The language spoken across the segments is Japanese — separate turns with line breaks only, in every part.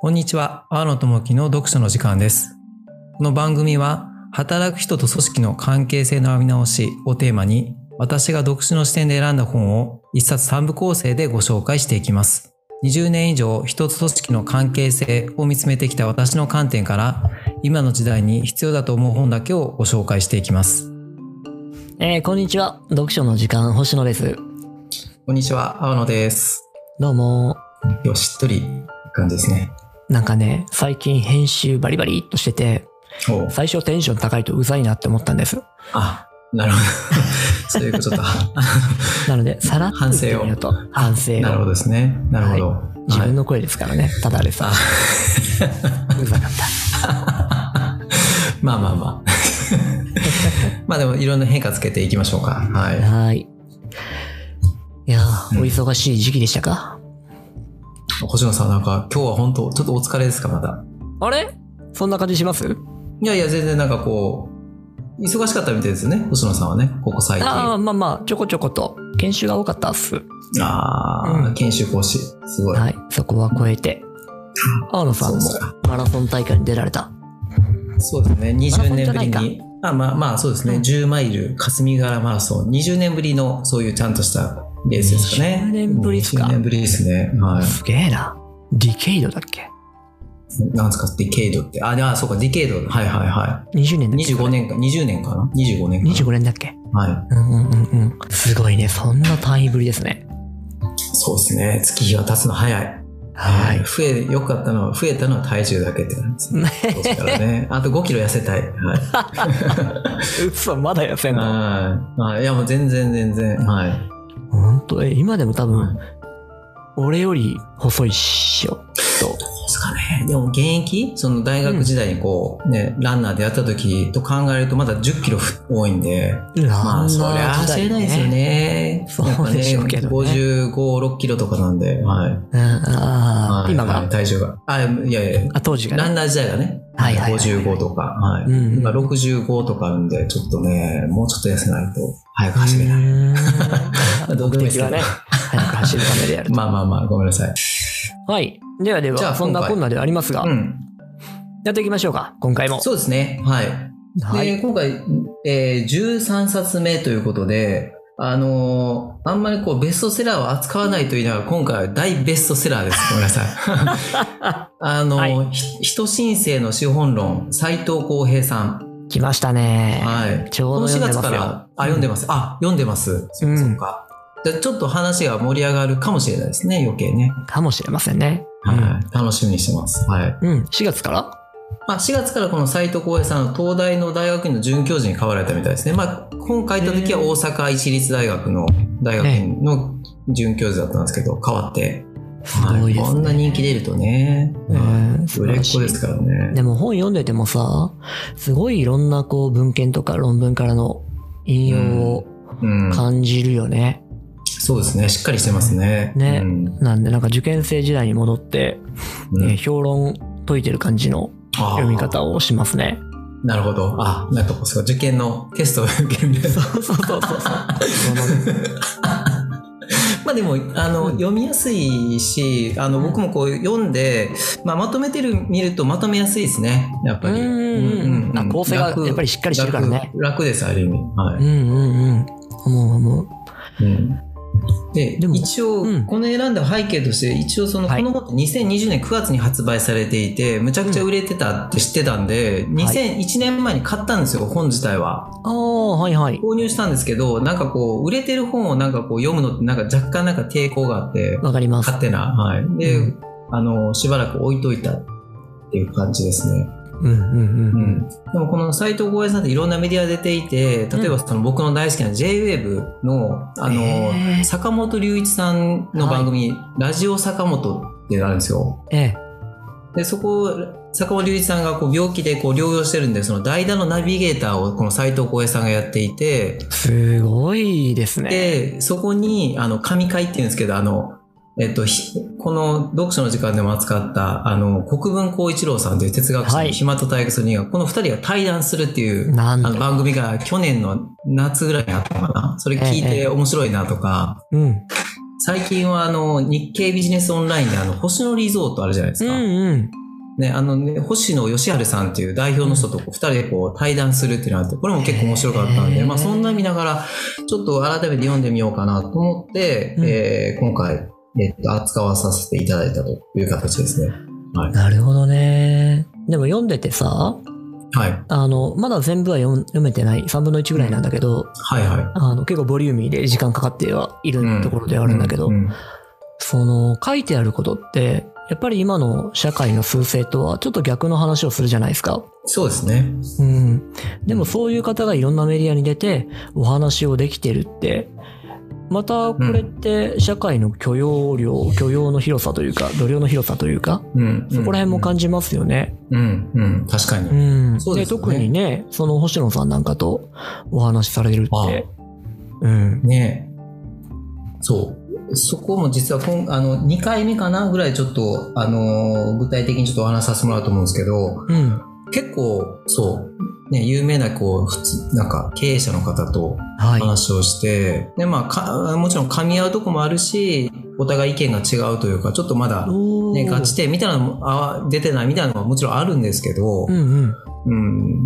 こんにちは。阿野智樹の読書の時間です。この番組は、働く人と組織の関係性の見直しをテーマに、私が読書の視点で選んだ本を一冊三部構成でご紹介していきます。20年以上、一つ組織の関係性を見つめてきた私の観点から、今の時代に必要だと思う本だけをご紹介していきます。
えー、こんにちは。読書の時間、星野です。
こんにちは。阿野です。
どうも。
よしっとり感じですね。
なんかね、最近編集バリバリっとしてて、
お
最初テンション高いとうざいなって思ったんです。
あ、なるほど。 そういうことだ。
なので、さらっと言ってみると、反省
なるほ
を。
どですね。なるほど。
自分
の。
の声ですからね。ただあ れさ、うざかった。
まあまあ まあ。まあでもいろんな変化つけていきましょうか。は
はーい。いやー、
うん
お忙しい時期でしたか、
い。星野さんなんか今日は本当ちょっとお疲れですかまだ。
あれそんな感じします
いやいや全然なんかこう、忙しかったみたいですね。星野さんはね、ここ最近。
ああ、
あ
まあまあ、ちょこちょこと、研修が多かったっす。
あー、
うん
研修講師。すごい。
はい、そこは超えて。青野さんも
そうですか
マラソン大会に出られた。
そうですね。
マラ
20
ソンじ
年ぶ
ゃな
り
いか
に。あまあまあそうですね。
うん
10マイル霞ヶ浦マラソン。20年ぶりのそういうちゃんとしたレースですかね。
20年ぶりっすか
20年ぶりですね。はい。
すげえな。ディケイドだっけ
なんですか、ディケイドって。あ、であそうか、ディケイド。はいはいは
?20 年
い。
だっけ
25年か、20年かな ?25 年か
25年だっけ
な。はい。
うんうんうんうん。すごいね。そんな単位ぶりですね。
そうですね。月日が経つの早い。
は
うん
い。
増え、良かったのは、増えたのは体重だけって感じですね。そうですから ね。あと5キロ痩せたい。はい。
嘘、まだ痩せんの
はいはい。いや、もう全然全然。はい。
ほんと、え、今でも多
は
分
い、
俺より細いっしょ。と。
そうですかね。でも現役その大学時代にこう、ね、ランナーでやった時と考えるとまだ10キロ多いんで。ま
ラ
あ、
ン
そり
ナ
ゃ
ー時
走れ
代
ないですよ。ね。
そうでしょうけどね
55、6キロとかなんで、はい。
うん、
は
あ
い
ー今
はい
が。
体重が。あ、いやいやいや
あ、当時がね。
ランナー時代がね、
はいはいはい
55とか、はい。
うんうん
今65とかあるんで、ちょっとね、もうちょっと痩せないと、早く走れない。
うーん
どうで
目
もいいです
的
けど
はね、早く走るためでやると。
まあまあまあ、ごめんなさい。
はい。ではで
じゃあ
は、そんな
今回
こんなではありますが
う、ん。
やっていきましょうか、今回も。
そうですね、はい。
は
で
い。
今回、えー13冊目ということで、あのーあんまりこうベストセラーを扱わないと言いながら今回は大ベストセラーです。ごめんなさ い。あのーひ人申請の資本論、斉藤浩平さん。
来ましたね。
はい。
ちょ
こ
う
の
ど
4
読んで
月
ま
か
す
ら
よ。、
あ、読んでます。あ、読んでます。そっか
うん
そっか。じゃあちょっと話が盛り上がるかもしれないですね、余計ね。
かもしれませんね。
はい。楽しみにしてます。はい。
うん。うん。4月から
まあ、4月からこの斉藤浩平さんは東大の大学院の准教授に変わられたみたいですね。まあ、本書いた時は大阪市立大学の大学院の准教授だったんですけど、変わって。
すごいで
は
す
こんな
ね。
人気出るとね。
うん
売れっ子ですからね。
でも本読んでてもさ、すごいいろんなこう文献とか論文からの引用を
うん。
感じるよね。
そうですね。しっかりしてますね。
ね
うん
なんでなんか受験生時代に戻って、
うん
えー評論解いてる感じの
あー
読み方をしますね。
なるほど。あ、なんかこう、そう受験のテストを受けるみたいな。
そうそうそうそう。
まあでもあの、
うん
読みやすいしあの
うん
僕もこう読んで、まあ、まとめてる見るとまとめやすいですねやっぱ
うん
り。
うんうん。あ、構成がやっぱりしっかりしてるからね。
楽楽ですある意味。は
うんうんうん。思う思う。
いうんで
でも
一応、
うん
この選んだ背景として一応その、
はい
この本って2020年9月に発売されていてむちゃくちゃ売れてたって知ってたんで、2001年前に買ったんですよ本自体は
ああ、はいはい。
購入したんですけどなんかこう売れてる本をなんかこう読むのってなんか若干なんか抵抗があって、
わかります。
勝手な、はい、で、
うん
あのしばらく置いといたっていう感じですね、
う
う
んうんうん。
ん、でもこの斎藤浩平さんっていろんなメディア出ていて例えばその僕の大好きな JWAVE のあの、
へー
坂本龍一さんの番組「ラジオ坂本」ってあるんですよ
ええ。
でそこ坂本龍一さんがこう病気でこう療養してるんでその代打のナビゲーターをこの斎藤浩平さんがやっていて
すごいですね。
で、そこに、あの、神会って言うんですけど、あの、えっと、ひこの読書の時間でも扱った、あの、国分光一郎さんという哲学者
は
の
い
暇と対決には、この二人が対談するっていう、
なん
あの
と。
番組が去年の夏ぐらいにあったのかな。それ聞い
えええ
て面白いなとか、
うん。
最近はあの日経ビジネスオンラインであの星野リゾートあるじゃないです
うん
か。
うん。
ね、あのね、星野義治さんっていう代表の人とこう二人でこう対談するっていうのがあって、これも結構面白かったん
へ
で、
ー
まあそんな見ながら、ちょっと改めて読んでみようかなと思って、
うん
えー今回、えっと、扱わさせていただいたという形ですね。
なるほどね。でも読んでてさ、
はい。
あの、まだ全部は読ん読めてない、3分の1ぐらいなんだけど、
はいは
あの、結構ボリューミーで時間かかってはい
い。
るところではあるんだけど、
ううん
その、書いてあることって、やっぱり今の社会の趨勢とはちょっと逆の話をするじゃないですか。
そうですね。
うん。でもそういう方がいろんなメディアに出てお話をできてるって、またこれって社会の許容量、許容の広さというか、度量の広さというか、
うん。
そこら辺も感じますよね。
じうん、うん、確かに。
うん。
そうですよね
特にね、その星野さんなんかとお話しされるって。うん。
ねそう。そこも実は今、あの、2回目かなぐらいちょっと、あのー具体的にちょっとお話しさせてもらうと思うんですけど、
うん。
結構、そう、ね、有名な、こう、普通、なんか、経営者の方と
はい。
話をして、で、まあか、もちろん噛み合うとこもあるし、お互い意見が違うというか、ちょっとまだ、
おー
ね、ガチ点みたいなのもあ出てないみたいなのももちろんあるんですけど、
うんうん。
うん。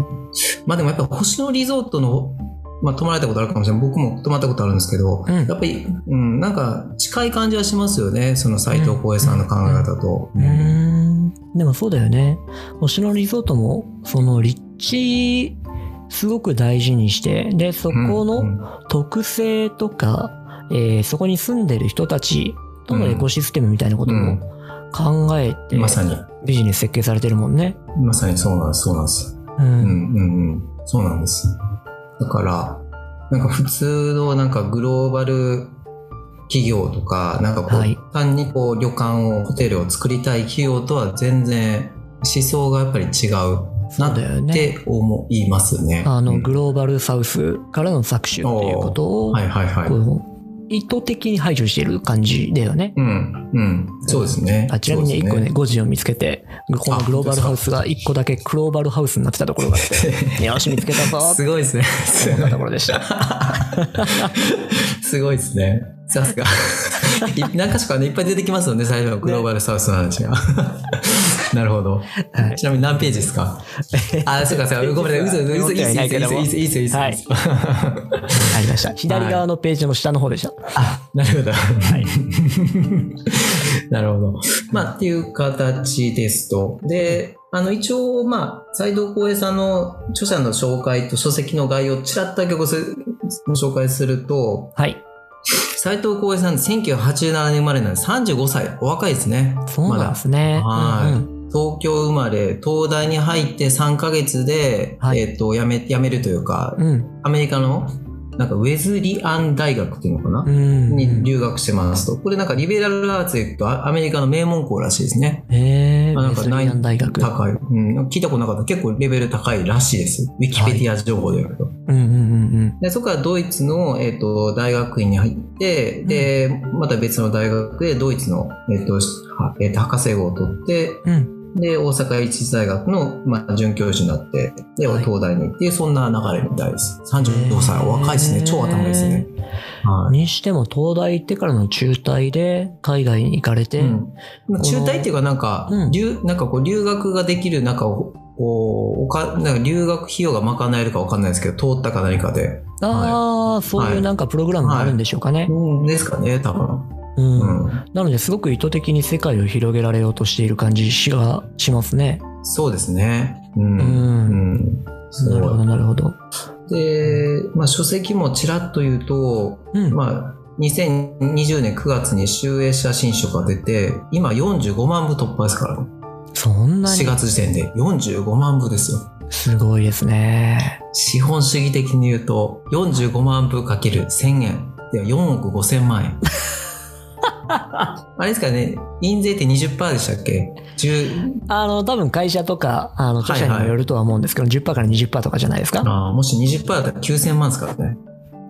まあでもやっぱ星野リゾートの、まあ泊まられたことあるかもしれない。僕も泊まったことあるんですけど、
うん
やっぱり、うん、なんか近い感じはしますよね。その斎藤光栄さんの考え方と。
うーんでもそうだよね。星野リゾートも、その立地、すごく大事にして、で、そこ
うんう
の
ん
特性とか、えーそこに住んでる人たちとのエコシステムみたいなこと
う
も
ん
考えて、
まさに、
ビジネス設計されてるもんね。
まさにそうなんです、そうなんです。
う。
うん、うんん、うん。そうなんです。だから、なんか普通のなんかグローバル企業とか、なんかこう、
はい
単にこう旅館を、ホテルを作りたい企業とは全然思想がやっぱり違う
そ
な
う
っ
だよね。
て思いますね。
あ
う
の、
ん
グローバルサウスからの搾取っていうことを、
はいはいはい。
こ
う
う意図的に排除してる感じだよね。
ん、うん、そうですね。
あちなみに1個
そう
ね、
で
5時を見つけて、このグローバルハウスが1個だけクローバルハウスになってたところがあっ
すね。
て、よし、見つけたぞーっ
すごいですね。
て思ったところで した。
すごいですね。さ すが。い何か所かね、いっぱい出てきますよね、最初のグローバルサウスの話 が。なるほど。
はい
ちなみに何ページですかあ、そうか、そうか。 ごめんなさい。嘘、嘘、嘘、いいっすよ、いいっすよ、いいっすよ、いいっすよ、いいっすよ。
ありました。左側のページの下の方でした。
あ、 なるほど。はい。 なるほど。まあ、っていう形ですと。で、あの、一応、まあ、斎藤光栄さんの著者の紹介と書籍の概要をちらっとだけごせご紹介すると、
はい。
斎藤光栄さん1987年生まれなんで35歳。お若いですね。
そうなんですね。
はい
うん
東京生まれ、東大に入って3ヶ月で、
はい
えっ、と、辞め、辞めるというか、
うん。
アメリカの、なんか、ウェズリアン大学っていうのかな、
うん。
に留学してますと。これなんかリベラルアーツで行くとあアメリカの名門校らしいですね。
へぇ
あなん
ー、
か
メスリアン大学。
高い。うん。聞いたことなかった。結構レベル高いらしいです。ウィキペディア情報で言うと。
うんうんうん
で、そこからドイツの、えっ、と、大学院に入って、で、また別の大学でドイツの、えっ、と、はえーと博士号を取って、
うん。うん。
で、大阪一次大学の、まあ、准教授になって、で、
はい
東大に行って、そんな流れみたいです。35歳、お若いですね。超頭いいですね。はい。
にしても、東大行ってからの中退で、海外に行かれて、
うんまあ中退っていうかなんか、
うん
留なんかこう留学ができるなんかこうおかなんか留学費用が賄えるかわかんないですけど通ったか何かで、
ああ、そういうなんかプログラムがあるんでしょうかね。
うん、ですかね多分、
うん
うん、
なのですごく意図的に世界を広げられようとしている感じがしますね。
そうですねう、
うん
うん
ん。
す
なるほ
ご
ど、なるほど。
いで、まあ、書籍もちらっと言うと、
うん。
まあ、2020年9月に集英写真書が出て今45万部突破ですから、ね、
そんな
4
に
月時点で45万部ですよ
すごいですね。
資本主義的に言うと45万部かける1000円では4億5000万 円あれですかね印税って20%でしたっけ10
あの、多分会社とか、あ
はいは
の、著
い
者にもよるとは思うんですけど、10%から20%とかじゃないですか。
あーもし20%だったら9000万ですからね、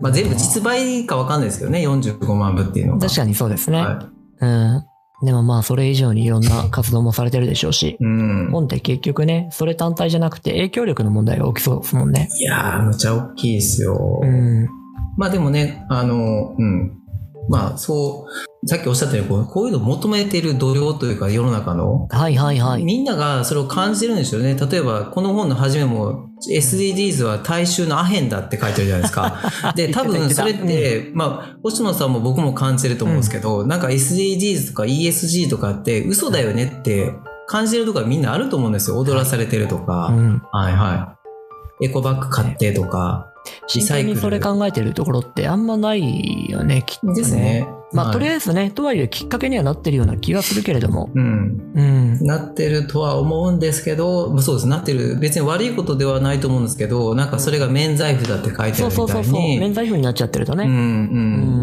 まあ、全部実売か分かんないですけどね45万部っていうのが
確かにそうですね。
は
うん。でもまあ、それ以上にいろんな活動もされてるでしょうし
い、、うん
本って結局ね、それ単体じゃなくて影響力の問題が起きそうですもんね。
いやーむちゃ大きいですよ、
うん。
まあでもねあのうんまあそうさっきおっしゃったようにこう、こういうのを求めている度量というか、世の中の。
はいはいはい。
みんながそれを感じてるんですよね。例えば、この本の初めも、SDGs は大衆のアヘンだって書いてるじゃないですか。 で、多
言っ
分
てた
それって、まあ、星野さんも僕も感じてると思うんですけど、なんか SDGs とか ESG とかって嘘だよねって感じてるとかみんなあると思うんですよ。踊らされてると
う
か。
ん。
はいはい。エコバッグ買ってとか。リ
真
サイ
剣
クル
にそれ考えてるところってあんまないよね、きっとね。
ですね。
まあ、とり
え
あえずね、とはいえきっかけにはなってるような気がするけれども。
ず。うん。
うん。
なってるとは思うんですけど、まあそうです、なってる。別に悪いことではないと思うんですけど、なんかそれが免罪符だって書いて
そ
あ
う
る
そ
み
うそ
た
う
い
そう。免
に。
罪符になっちゃってると
うん
ね。
う
うん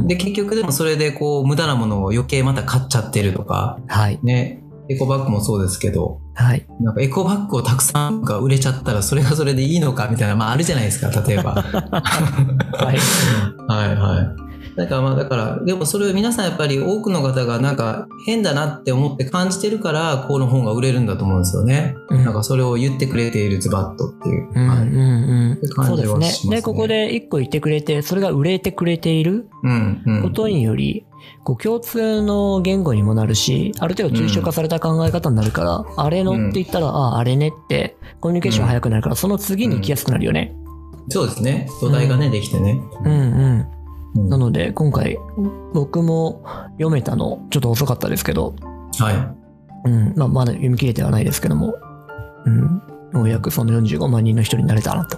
ん、で結局でもそれでこう無駄なものを余計また買っちゃってるとか
はい。
ねエコバッグもそうですけど
はい。
なんかエコバッグをたくさんが売れちゃったらそれがそれでいいのかみたいなまああるじゃないですか例えば
はい。
はいはい。だからまあだから、でもそれを皆さんやっぱり多くの方がなんか変だなって思って感じてるから、この本が売れるんだと思うんですよね。
うん
なんかそれを言ってくれているズバッとっていう。
うん
はい
うん
て
うん。そ
感
う
じ
で
はしま
すね
す。ね
で、ここで一個言ってくれて、それが売れてくれている
うんうん。
ことにより、こう共通の言語にもなるし、ある程度抽象化された考え方になるから、あれのって言ったら、ああ、あれねって、コミュニケーション早くなるから、その次に行きやすくなるよね。
そうですね。土台がね、できてね。
うんうん。
うん
なので、今回、僕も読めたの、ちょっと遅かったですけど、
は
うん、まあ、まだ読み切れてはないですけども、うん、ようやくその45万人の人になれたなと。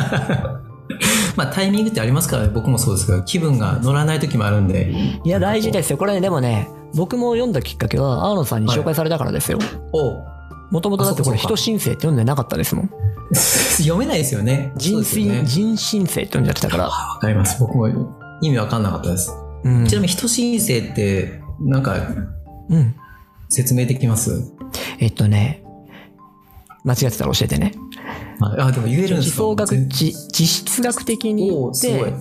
い。まあタイミングってありますからね、僕もそうですけど、気分が乗らない時もあるんで。
いや、大事ですよ。これね、でもね、僕も読んだきっかけは、青野さんに紹介されたからですよ。
お
もともとだってこれ、
あそうか
人申請って読んでなかったですもん。
読めないですよね。そう
人
ですよね
申、人申請って読んじゃってたから。
わかります。僕も意味わかんなかったです。
うん
ち。なみに人申請って、なんか
うん。
説明できます
えっとね、間違ってたら教えてね。
あ、あでも言えるん
思
ですか
想学、
全然
じ実質学的に
おー
言っ
すごい
て、。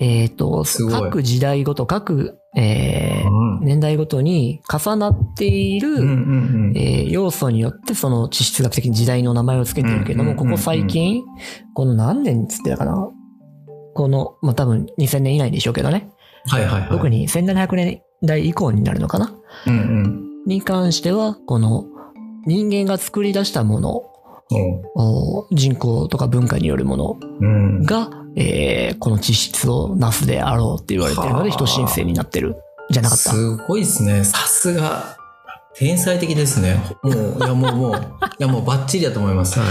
えっと
すご、い
各時代ごと、各、えー
うん
年代ごとに重なっている、
うんうんうん。
えー要素によってその地質学的に時代の名前をつけてるけども、
うん
ここ最近、この何年っつってたかなこの、まあ、多分2000年以内でしょうけどね。
はいはいはい。
特に1700年代以降になるのかな
うんうん。
に関しては、この人間が作り出したもの、お人口とか文化によるもの
うん。うん。
が、えーこの地質をなすであろうって言われてるので、
はあ
人申請になってる。じゃなかった。
すごいですね。さすが。天才的ですね。もう、いやもうもう、いやもうバッチリだと思います。はい。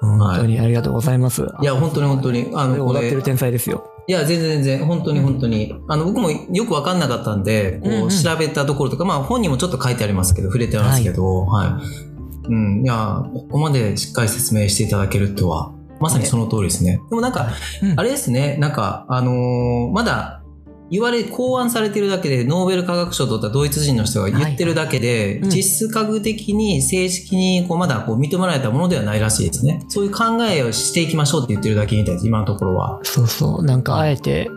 本当にありがとうございます。
いや、本当に本当に。あ
あ
の、
の、
こ
踊っ
れ、
てる
い
天才ですよ。
や、全然全然、本当に本当に。あの、僕もよくわかんなかったんで、
うん
こ
うん
う、調べたところとか、まあ、本にもちょっと書いてありますけど、触れてありますけど、はい。うん、いや、ここまでしっかり説明していただけるとは、まさにその通りですね。でもなんか、
うん
あれですね、なんか、あのーまだ、言われ、考案されてるだけで、ノーベル化学賞を取ったドイツ人の人が言ってるだけで、
うん
実質学的に正式に、こう、まだこう認められたものではないらしいですね。そういう考えをしていきましょうって言ってるだけみたいです、今のところは。
そうそう。なんかあえて、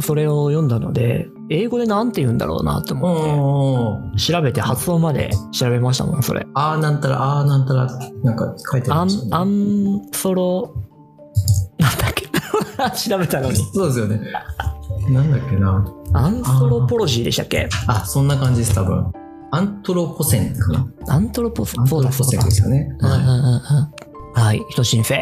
それを読んだので、英語でなんて言うんだろうなと
お
思っ
ー
て、調べて発音まで調べましたもん、それ。
あーなんたら、あーなんたら、なんか書いてあり
アン
まし、
ア
たね。
ンソロ、なんだっけ 調べたのに。
そうですよね。なんだっけな。
アンソロポロジーでしたっけ
あ、そんな感じです、多分。アントロポセンかな。
アントロポス
ア、ン
そ
ト
う
ロ
だ、
ポ
そう
セン
だ
で。すよね。
うんうん
は
うんうんはい、人申請。
い。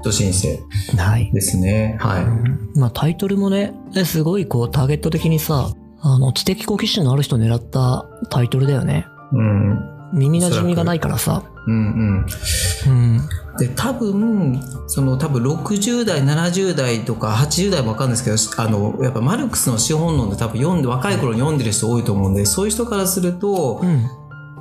人申請
はい。
ですね。はい。
うんまあタイトルもね、すごいこうターゲット的にさ、あの、知的好奇心のある人を狙ったタイトルだよね。
うん。
耳馴染みがないからさ。
うんうん。
うん。
で、多分、その多分60代、70代とか80代もわかるんないですけど、あの、やっぱマルクスの資本論で多分読んで、若い頃に読んでる人多いと思うんで、そういう人からすると、
うん。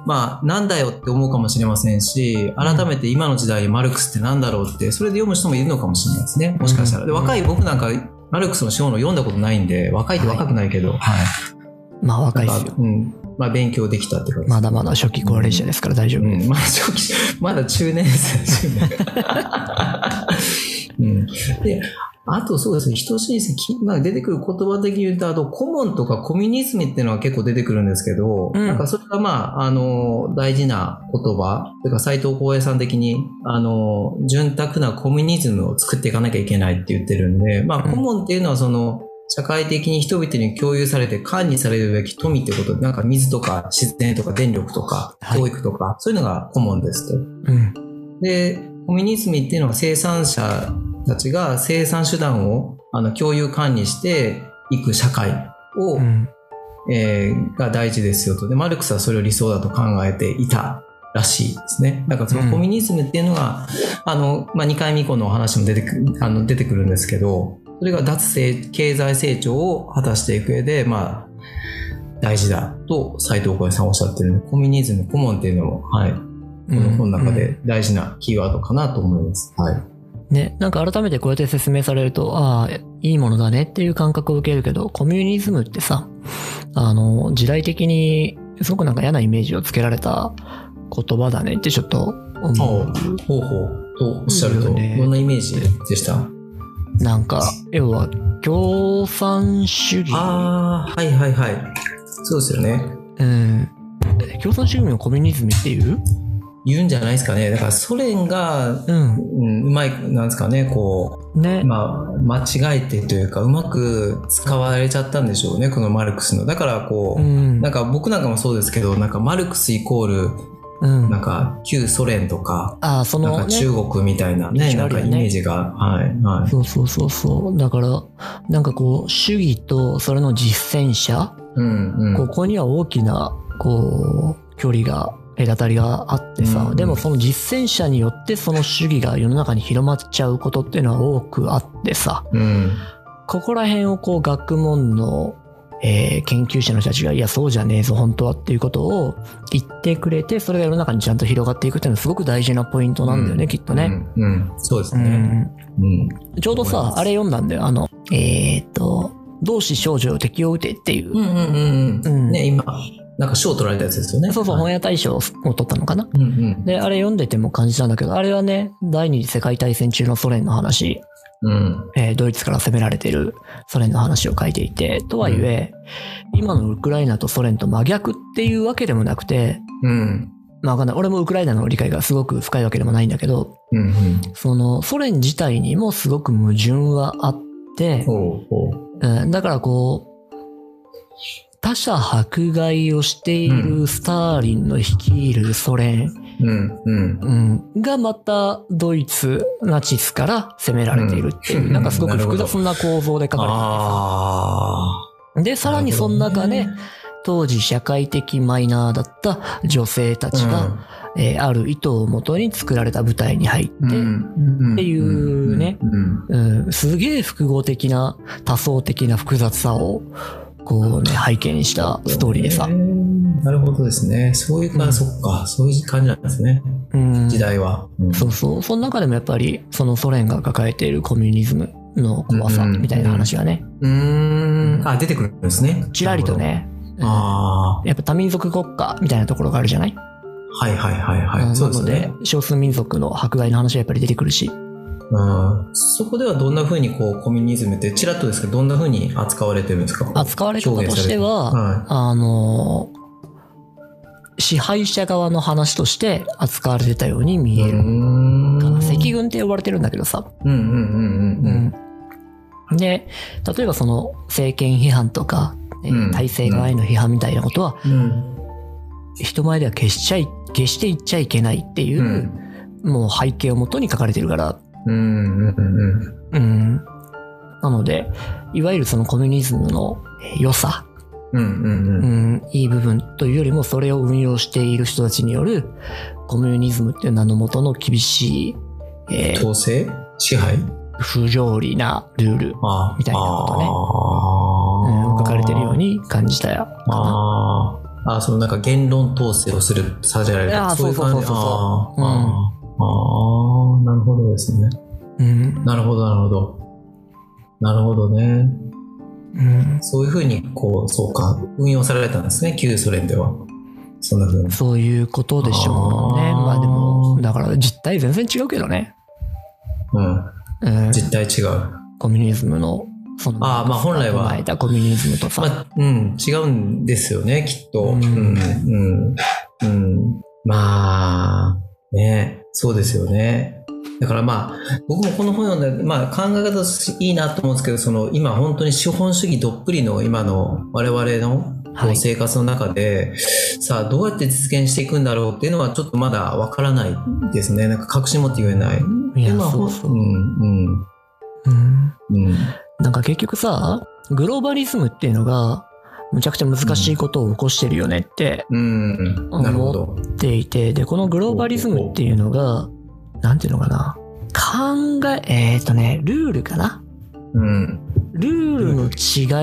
まあ、なんだよって思うかもしれませんし、改めて今の時代にマルクスってなんだろうって、それで読む人もいるのかもしれないですね。もしかしたら。で、
うん
若い僕なんか、マルクスの資本論読んだことないんで、若いって若くないけど、はい。
まあ若いで
なん
す
か
よ。
うん。まあ、勉強できたって感じです。
まだまだ初期高齢者ですから大丈夫
う
です。
ん、まだ初期、まだ中年ですね、中年。うん、で、あとそうですね、人申請、きまあ、出てくる言葉的に言うと、あと、コモンとかコミュニズムっていうのは結構出てくるんですけど、
うん
なんかそれがまあ、あの、大事な言葉、というか斎藤光栄さん的に、あの、潤沢なコミュニズムを作っていかなきゃいけないって言ってるんで、まあ、
うん
コモンっていうのはその、社会的に人々に共有されて管理されるべき富ってこと、なんか水とか自然とか電力とか
はい
教育とか、そういうのが顧問ですと。
うん。
で、コミュニズムっていうのは生産者たちが生産手段をあの共有管理していく社会を、
うん。
えーが大事ですよと。で、マルクスはそれを理想だと考えていたらしいですね。だからそのコミュニズムっていうのが、あの、まあ、2回目以降のお話も出てくあの出てくるんですけど、それが脱成経済成長を果たしていく上で、まあ、大事だと斉藤浩平さんおっしゃってるんでコミュニズム、顧問っていうのも、はい、この本の中で大事なキーワードかなと思います。はい。
ね、なんか改めてこうやって説明されると、ああ、いいものだねっていう感覚を受けるけど、コミュニズムってさ、あの、時代的にすごくなんか嫌なイメージをつけられた言葉だねってちょっと思う。
ほうほうとおっしゃると、
いいよね
どんなイメージでした
なんか、要は、共産主義。
ああ、はいはいはい。そうですよね。
うん。共産主義をコミュニズムっていう
言うんじゃないですかね。だからソ連が、
う。
うんん、うまい、なんですかね、こ
ね
う、。まあ、間違えてというか、うまく使われちゃったんでしょうね、このマルクスの。だからこ
う
う、
ん。
なんか僕なんかもそうですけど、なんかマルクスイコール、
うん
なんか旧ソ連とか、
ああ、そ
なん
の、
か
ね、
中国みたいなね、
違う
な
よ
ん
ね
かイメージが、はい、はい。
そうそうそうそう。だから、なんかこう、主義とそれの実践者、
うん、うん。
ここには大きな、こう、距離が、隔たりがあってさ、
うん
でもその実践者によってその主義が世の中に広まっちゃうことっていうのは多くあってさ、
うん。
ここら辺をこう学問の、えー研究者の人たちが、いや、そうじゃねえぞ、本当はっていうことを言ってくれて、それが世の中にちゃんと広がっていくっていうのはすごく大事なポイントなんだよね、
う
きっとね。
うん、うんそうです
う
ね。
ん
うん。
ちょうど
思い
さ
ま、す
あれ読んだんだよ。あの、えーっと、同志少女を敵を打てっていう。
うん、うん、うん。うん
うん
ね、今、なんか賞取られたやつですよね。
そうそう、
はい
本屋大賞を取ったのかな。
うんうん
で、あれ読んでても感じたんだけど、あれはね、第二次世界大戦中のソ連の話、
うん
えードイツから攻められてるソ連の話を書いていて、とはいえ、今のウクライナとソ連と真逆っていうわけでもなくて、
うん
まあわかんない。俺もウクライナの理解がすごく深いわけでもないんだけど、
うんうん
そのソ連自体にもすごく矛盾はあって、
ほうほう
うん、だからこう、他者迫害をしているスターリンの率いるソ連、
うんうん
うん、がまたドイツ、ナチスから攻められているっていう、
うん
なんかすごく
なるほ
複
ど
雑な構造で書か
あ
れてる。で、さらにその中で、当時社会的マイナーだった女性たちが、えーある意図をもとに作られた舞台に入って、っていうねうん、すげえ複合的な多層的な複雑さをこうね背景にしたストーリーでさ、
なるほどですねそういうか、
うん
そっかそういう感じなんですね
うん、
時代は、うん
そうそうその中でもやっぱりそのソ連が抱えているコミュニズムの怖さ
うん
みたいな話がね、
うーんあ出てくるんですね
ちらりとね
なるほどあ
やっぱ多民族国家みたいなところがあるじゃない、
あはいはいはいはい、
うん
そ
な
うです
の
ね
で少数民族の迫害の話がやっぱり出てくるし
うんそこではどんなふうにこうコミュニズムってちらっとですけどどんなふうに扱われてるんですか
扱われ方
表
と
現さ
し
れ
ては、
は
あの支配者側の話として扱われてたように見
い、う
えるか
ー
な、
ん
赤軍って呼ばれてるんだけどさ、
うんうんうんうん
で、例えばその政権批判とか、えー
うん
体制側への批判みたいなことは、
うん。うん
人前では消しちゃい、消していっちゃいけないっていうう、
ん
もう背景をもとに書かれてるから、
うんうん
うん。なので、いわゆるそのコミュニズムのえー良さ、
うんうんうん
う
うん
ん、いい部分というよりも、それを運用している人たちによる、コミュニズムっていう名のもとの厳しい、えー
統制支配
不条理なルール、
ああ
みたいなことねうん
ああ
書かれてるように感じたやかな。
ああああそのなんか言論統制をするさせられる
ああ
いう感じ
そうそうそうそう
ああ
うん
ああああなるほどですね
うん。
なるほどなるほどなるほどね
うん
そういうふうにこうそうか運用されたんですね旧ソ連ではそんなふうに
そういうことでしょうね。
あー
まあでも、だから実態全然違うけどね。
うん
うん、
実態違う
コミュニズムの、その、
あーまあ本来は
唱えたコミュニズムとさ、
まあ、うん、違うんですよね、きっと。
う
うんん、うん、うん。まあ、ね、そうですよね。だからまあ、僕もこの本読んで、まあ考え方としていいなと思うんですけど、その今本当に資本主義どっぷりの今の我々の
はい
生活の中で、さあどうやって実現していくんだろうっていうのはちょっとまだわからないですね。なんか確信持って言えない。
いや
でまあ
そうそう
うん、うん、
うん
うん。
なんか結局さ、グローバリズムっていうのが、むちゃくちゃ難しいことを起こしてるよねって
うん、なるほど。
言っていて、で、このグローバリズムっていうのが、なんていうのかな。考え、えっ、とね、ルールかな
うん。
ルールの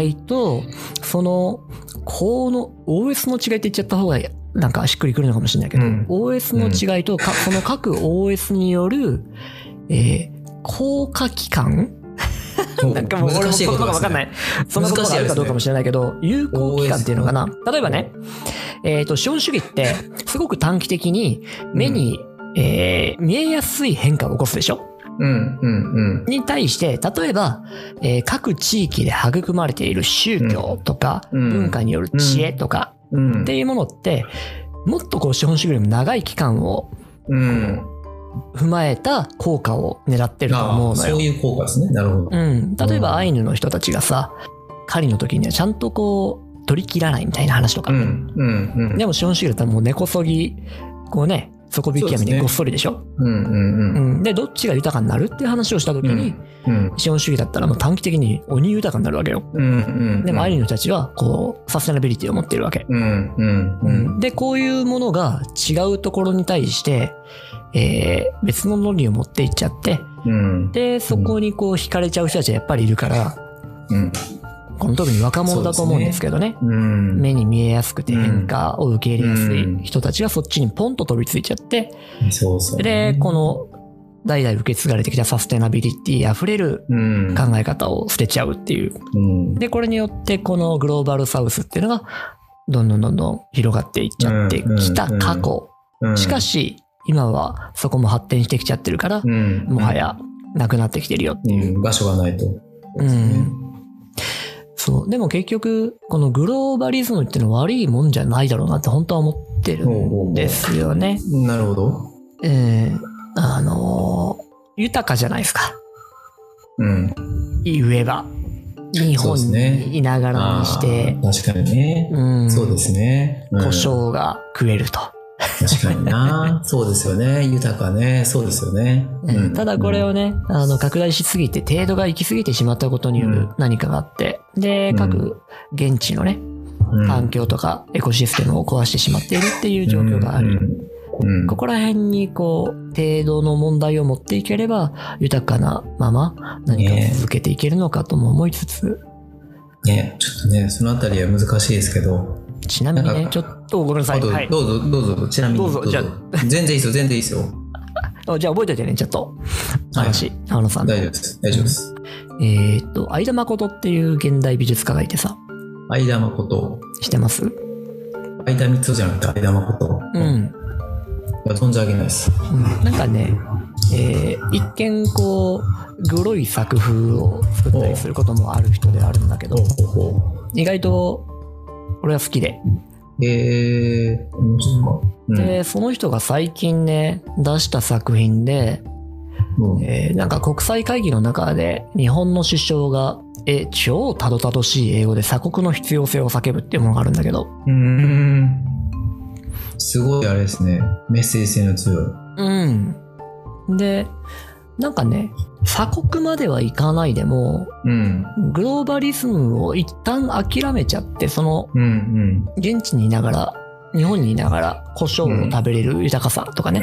違いと、その、この OS の違いって言っちゃった方が、なんかしっくりくるのかもしれないけど、
うん
OS の違いと、かその各 OS による、えー効果期間なんかもう俺も
難しい
言
ことが
葉が分かんない。そんなことがあるかどうかもしれないけど、有効期間っていうのかな。例えばね、えっ、と、資本主義って、すごく短期的に、目に、えー見えやすい変化を起こすでしょ
うん、うん、
に対して、例えば、えー各地域で育まれている宗教とか、
うん
文化による知恵とか、
うん。うん
っ、ていうものって、もっとこう資本主義よりも長い期間を
うん。
踏まえた効果を狙ってると思うの
ああ
よ
そう。いう効果ですね。なるほど。
うん、例え
うん
ばアイヌの人たちがさ狩りの時にはちゃんとこう取り切らないみたいな話とか、
うん、うん、うん。
でも資本主義だったらもう根こそぎこうね底引き網
そうです
で
ね
ごっそりでしょ
うん、う、
うん
うん。
ん、でどっちが豊かになるっていう話をした時に、
うん、
資本主義だったらもう短期的に鬼豊かになるわけよ
うん、うん。
でもアイヌの人たちはこうサステナビリティを持っているわけ、
うん、うん、
う
うんん。
でこういうものが違うところに対して、えー別の論理を持っていっちゃって
うん、
でそこにこう惹かれちゃう人たちはやっぱりいるから、
うん、
この特に若者だと思うんですけどね
うん。
目に見えやすくて変化を受け入れやす
うん
い人たちがそっちにポンと飛びついちゃって、
そうそう。
で、この代々受け継がれてきたサステナビリティ溢れる
うん、
考え方を捨てちゃうっていう。
うん、
で、これによってこのグローバルサウスっていうのがどんどんどんどん広がっていっちゃってきた過去。
うん
しか、し、今はそこも発展してきちゃってるから
う、ん、
もはやなくなってきてるよって
う、
いうん
場所がないと。
うんそう。でも結局、このグローバリズムってのは悪いもんじゃないだろうなって本当は思ってるんですよね。
なるほど。
えー、あのー豊かじゃないですか。
うん。
言えば。日
そう
本
ですね
にいながらにして、
あー確かにね。
うん。
そうですね。うん
胡。椒が食えると。
確かに な。そうですよね。豊かね。そうですよね。うん
ただこれをね、あの、拡大しすぎて、程度が行き過ぎてしまったことによ
う
る
ん
何かがあって、で
う、ん
各現地のね、
うん
環境とかエコシステムを壊してしまっているっていう状況があり、
うんうん
ここら辺にこう程度の問題を持っていければ豊かなまま何かを
ねえ
続けていけるのかとも思いつつ、
ね、ちょっとね、そのあたりは難しいですけど。
ちなみに
なん
ね
か
ちょっとごめんなさ
あ
い、
と、
はい、
どうぞ、どうぞ、ちなみに。
どうぞじゃあ
全然いいですよ、全然いいですよ。
あじゃあ覚えておいてねちょっと
はい
話青野さんの
大丈夫です。大丈夫です。
えーっと相田誠っていう現代美術家がいてさ
相田誠。
してます
相田光夫じゃなくて、相田誠。
うん、
いや存じ上げないです。
うんなんかね、えー一見こうグロい作風を作ったりすることもある人ではあるんだけど
ほうほうほ
意外と俺は好きで
う。えー、うんそっか
で、その人が最近ね、出した作品で、
うんうん
えーなんか国際会議の中で日本の首相が、え、超たどたどしい英語で鎖国の必要性を叫ぶっていうものがあるんだけど、
うーん。すごいあれですね。メッセージ性の強い。
うん。で、なんかね、鎖国まではいかないでも、
うん。
グローバリズムを一旦諦めちゃって、その
うんうん。
現地にいながら、日本にいながら胡椒を食べれる豊かさとかね、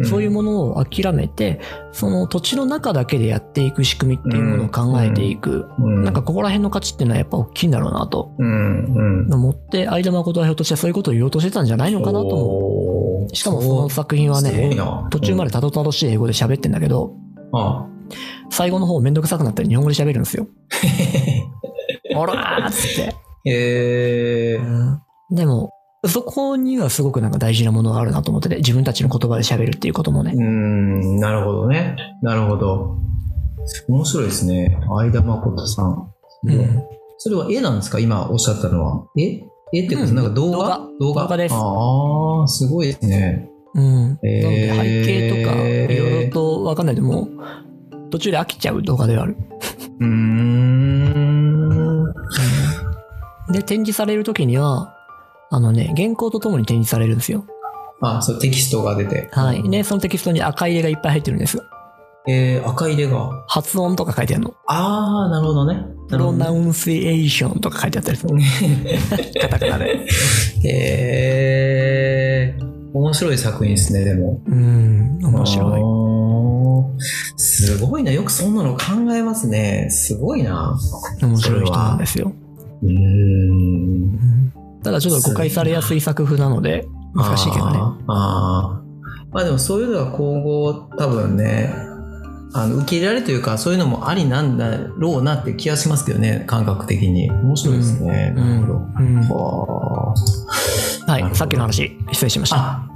ん
そういうものを諦めて、その土地の中だけでやっていく仕組みっていうものを考えていく。
うん
なんか、ここら辺の価値っていうのはやっぱ大きいんだろうなと
うんうん。
思って、相田誠はひょっとしてそういうことを言おうとしてたんじゃないのかなと思
おー
う。しかもその作品は
すごい
ね、
な
途中までたどたどしい英語で喋ってんだけど、
うんあ
最後の方めんどくさくなったら日本語で喋るんですよ。ほらーっつって。
えー、
でも、そこにはすごくなんか大事なものがあるなと思ってて、自分たちの言葉で喋るっていうこともね
う。ーん、なるほどね。なるほど。面白いですね。相田誠さん。
うん。
それは絵なんですか今おっしゃったのは。絵絵ってこと、
うん
なんか動画
動画動画です
ああ、すごいですね。
うん。
えー
なので背景とか、いろいろとわかんないでも、途中で飽きちゃう動画ではある。
うーん。
で、展示される時には、あのね、原稿とともに展示されるんですよ。
あ、そう、テキストが出て。
はい。で、そのテキストに赤入れがいっぱい入ってるんですよ。
えー、赤入れが。
発音とか書いてあるの。
あー、なるほどね。
プロナウンシエーションとか書いてあったりする。 カタカナで。
えー、面白い作品ですね、でも。
うん、面白い。
白い。すごいな。よくそんなの考えますね。すごいな。
面白い人なんですよ。
うーん。
うんただちょっと誤解されやすい作風なので、難しいけどね。
あーあー。まあでもそういうのが今後多分ね、あの受け入れられるというか、そういうのもありなんだろうなって気がしますけどね、感覚的に。面白いですね。
うん
なる
うん
ほど。は
は
なるほ
い、
ど
さっきの話、失礼しました。
あ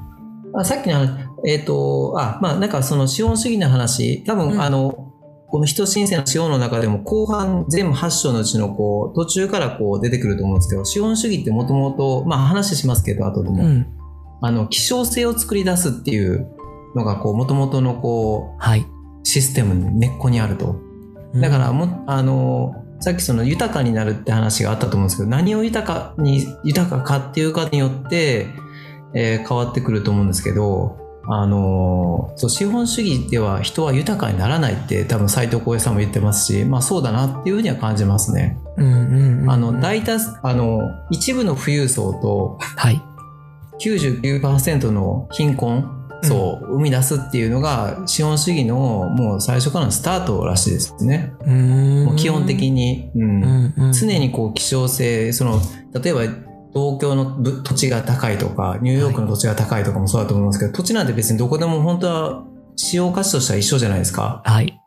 あさっきの話、えっ、と、あ、まあ、なんかその資本主義の話、多分、
うん
あの、この人申請の資本の中でも後半全部8章のうちのこう途中からこう出てくると思うんですけど資本主義ってもともとまあ話しますけど後でも、
うん。
あの希少性を作り出すっていうのがもともとのこ
はい。
うシステムの根っこにあるとだからもあのさっきその豊かになるって話があったと思うんですけど何を豊かに豊かかっていうかによって、えー変わってくると思うんですけどあのそう資本主義では人は豊かにならないって多分斉藤浩平さんも言ってますし、まあ、そうだなっていうふうには感じますね。
うん、うんうんうん。
あの大多数あの一部の富裕層と
はい。
99%の貧困層を生み出すっていうのが資本主義のもう最初からのスタートらしいですね。
うーん
もう基本的に、うん
うんうん
常にこう希少性その例えば東京のぶ土地が高いとかニューヨークの土地が高いとかもそうだと思いますけど、土地なんて別にどこでも本当は使用価値としては一緒じゃないですか。
はい。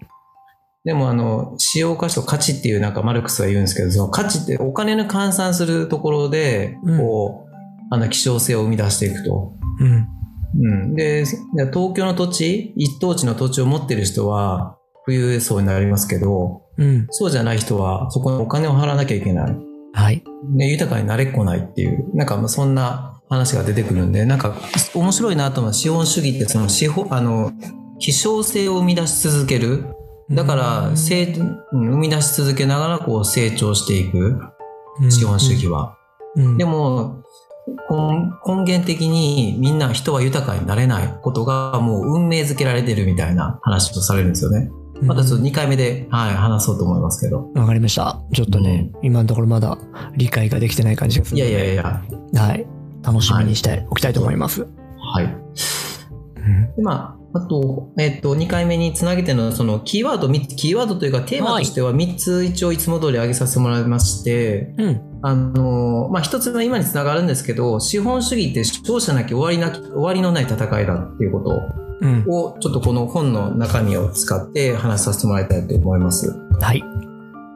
でもあの、使用価値と価値っていうなんかマルクスは言うんですけど、その価値ってお金に換算するところで、
うん
こう、あの、希少性を生み出していくと。
うん。
うん、で東京の土地一等地の土地を持ってる人は富裕層になりますけど
うん。
そうじゃない人はそこにお金を払わなきゃいけない、
はい。
ね、豊かになれっこないっていうなんかまあそんな話が出てくるんでなんか面白いなと思う資本主義ってその資本あの希少性を生み出し続けるだから
うん
成うん生み出し続けながらこう成長していく資本主義は。
うん。
で
も、
も根根源的にみんな人は豊かになれないことがもう運命づけられてるみたいな話とされるんですよね。またちょっと2回目で、はい、話そうと思いますけど。
わかりました。ちょっとね、今のところまだ理解ができてない感じがする。
いやいやいや、
や。はい。楽しみにしておきたいと思います。
はい。でまあ、あと、えっと、2回目につなげてのそのキーワードみ、キーワードというかテーマとしては3つ一応いつも通り挙げさせてもらいまして、
うん。
あの、まあ、1つ目今につながるんですけど、資本主義って勝者なき終わりなき、終わりのない戦いだっていうことを
うん。
をちょっとこの本の中身を使って話させてもらいたいと思います。
はい。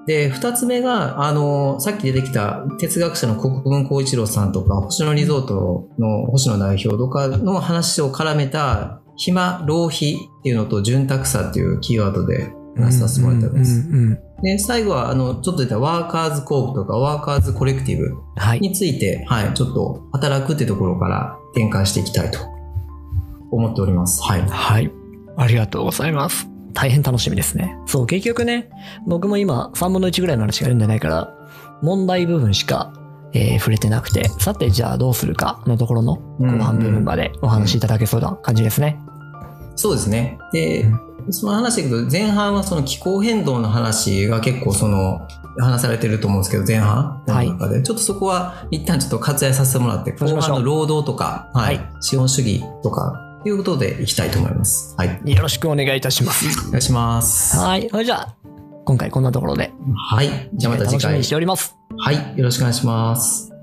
で2つ目があのさっき出てきた哲学者の国分光一郎さんとか星野リゾートの星野代表とかの話を絡めた暇浪費っていうのと潤沢さっていうキーワードで話させてもらいたいで
う
す。
んうんうん。
で最後はあのちょっと出たワーカーズコープとかワーカーズコレクティブ
はい。
について、はい、ちょっと働くってところから展開していきたいと思っております。はい、
はい。ありがとうございます。大変楽しみですね。そう、結局ね、僕も今3分の1ぐらいの話しか読んでないから、問題部分しか、えー触れてなくて、さてじゃあどうするかのところの後半部分までお話しいただけそうな感じですね。
そうですね。で、その話だけど、前半はその気候変動の話が結構その、話されてると思うんですけど、前半
はい
の中で、ちょっとそこは一旦ちょっと割愛させてもらって、
そうし
後
まし
半
ょう
の労働とか、はい、
はい
資本主義とか、いうことでいきたいと思います。はい。
よろしくお願いいたします。
お願いします。は
はい。それじゃあ、今回こんなところで、
い。じゃあまた
楽
次
しみ
回
にし。ております。
はい。よろしくお願いします。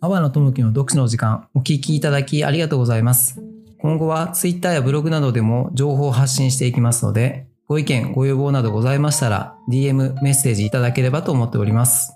阿波野智樹の読書の時間お聞きいただきありがとうございます今後は Twitter やブログなどでも情報を発信していきますのでご意見ご要望などございましたら DM メッセージいただければと思っております